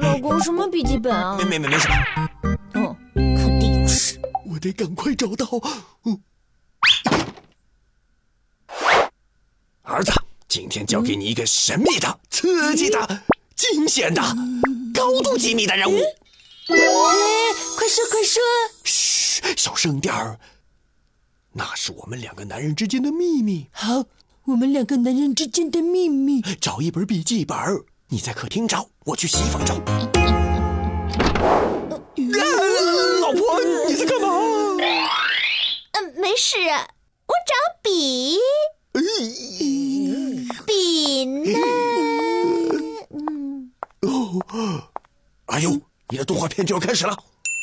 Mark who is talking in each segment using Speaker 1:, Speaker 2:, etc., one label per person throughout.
Speaker 1: 老公，什么笔记本啊
Speaker 2: 哎没？没没没什么，
Speaker 3: 哦
Speaker 1: 嗯，肯定有事。
Speaker 2: 我得赶快找到。嗯，儿子，今天交给你一个神秘的、刺激的、惊险的、高度机密的任务。
Speaker 1: 哎，快说快说！
Speaker 2: 嘘，小声点儿，那是我们两个男人之间的秘密。
Speaker 1: 好，我们两个男人之间的秘密。
Speaker 2: 找一本笔记本儿，你在客厅找，我去洗衣房找。啊哎老婆，你在干嘛？
Speaker 3: 嗯，没事，我找笔，笔呢？
Speaker 2: 哎呦，你的动画片就要开始了。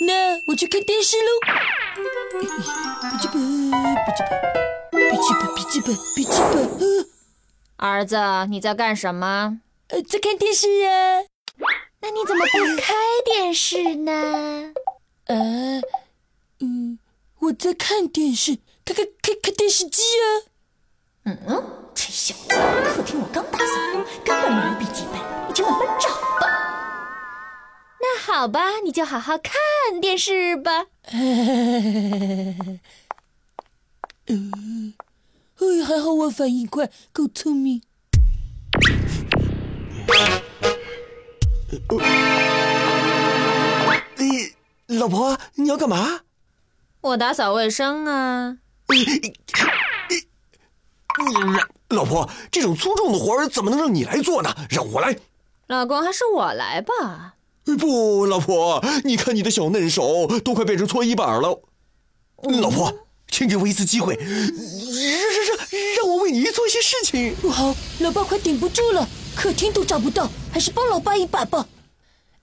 Speaker 1: 那我去看电视 喽。呃笔记本，笔记本，笔记本，笔记本，笔记本。
Speaker 3: 儿子，你在干什么？
Speaker 1: 呃，在看电视啊。
Speaker 3: 那你怎么不开电视呢？
Speaker 1: 呃，嗯，我在看电视，看看看看电视机啊。
Speaker 3: 嗯，这小子，客厅我刚打扫过，根本没有笔记本，你就慢慢找吧。那好吧，你就好好看电视吧。
Speaker 1: 哎，还好我反应快，够聪明。
Speaker 2: 哎，老婆，你要干嘛？
Speaker 3: 我打扫卫生啊。
Speaker 2: 哎老婆，这种粗重的活儿怎么能让你来做呢？让我来。
Speaker 3: 老公，还是我来吧。
Speaker 2: 不，老婆，你看你的小嫩手都快变成搓衣板了。老婆，请给我一次机会，让让让让我为你做一些事情。
Speaker 1: 不好，老爸快顶不住了，客厅都找不到，还是帮老爸一把吧。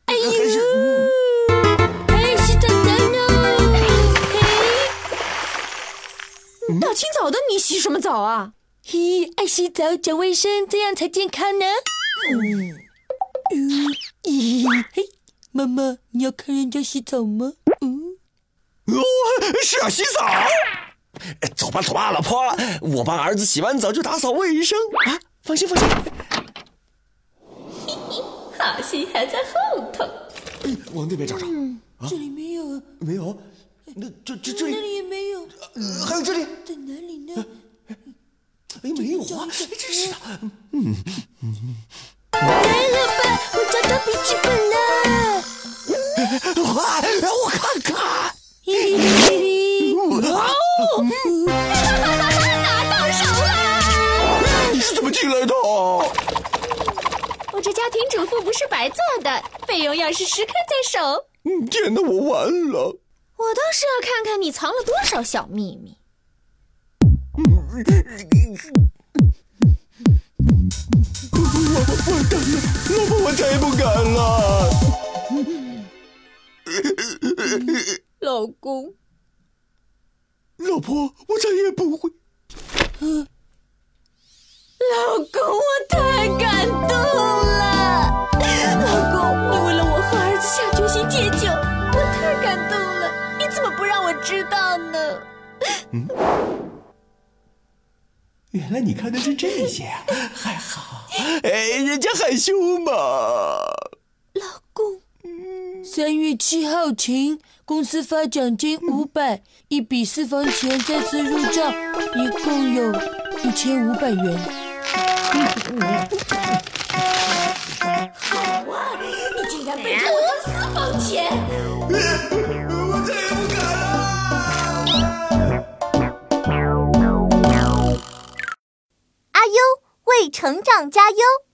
Speaker 1: 哎呦，
Speaker 2: 还是
Speaker 1: 哎，洗澡澡呢？哎嘿，
Speaker 3: 大清早的，你洗什么澡 啊？
Speaker 1: 嘿，爱洗澡讲卫生，这样才健康呢。嗯，咦，嘿，妈妈，你要看人家洗澡吗？嗯，
Speaker 2: 哦，是啊，洗澡。哎走吧，走吧，老婆，我帮儿子洗完澡就打扫卫生啊。放心，放心。
Speaker 3: 好戏还在后头。
Speaker 2: 哎往那边找找，
Speaker 1: 这里没有啊，
Speaker 2: 没有？那这这这
Speaker 1: 那
Speaker 2: 里，
Speaker 1: 里也没有，
Speaker 2: 呃还有这里，
Speaker 1: 在哪里呢？
Speaker 2: 哎，没有啊！真是的，
Speaker 1: 嗯来了吧，我找到笔记本了。
Speaker 2: 我我看看。
Speaker 1: 嘿嘿嘿嘿
Speaker 2: 哇
Speaker 3: 拿到手啊啦！
Speaker 2: 你是怎么进来的？
Speaker 3: 我这家庭主妇不是白做的，费用要是时刻在手。
Speaker 2: 嗯天哪，我完了！
Speaker 3: 我倒是要看看你藏了多少小秘密。
Speaker 2: 完蛋了，老婆，我再也不敢了。
Speaker 3: 老公，
Speaker 2: 老婆，我再也不会。
Speaker 3: 老公，我太感动了！
Speaker 1: 嗯
Speaker 3: 老公，你为了我和儿子下决心戒酒，我太感动了。你怎么不让我知道呢？
Speaker 2: 原来你看的是这些啊，还好。哎，人家害羞嘛。
Speaker 3: 老公，
Speaker 1: 三月七号晴，公司发奖金五百，一笔私房钱再次入账，一共有一千五百元。
Speaker 3: 你竟然背着我藏私房钱！
Speaker 2: 我再也不敢了。
Speaker 4: 阿优为成长加油。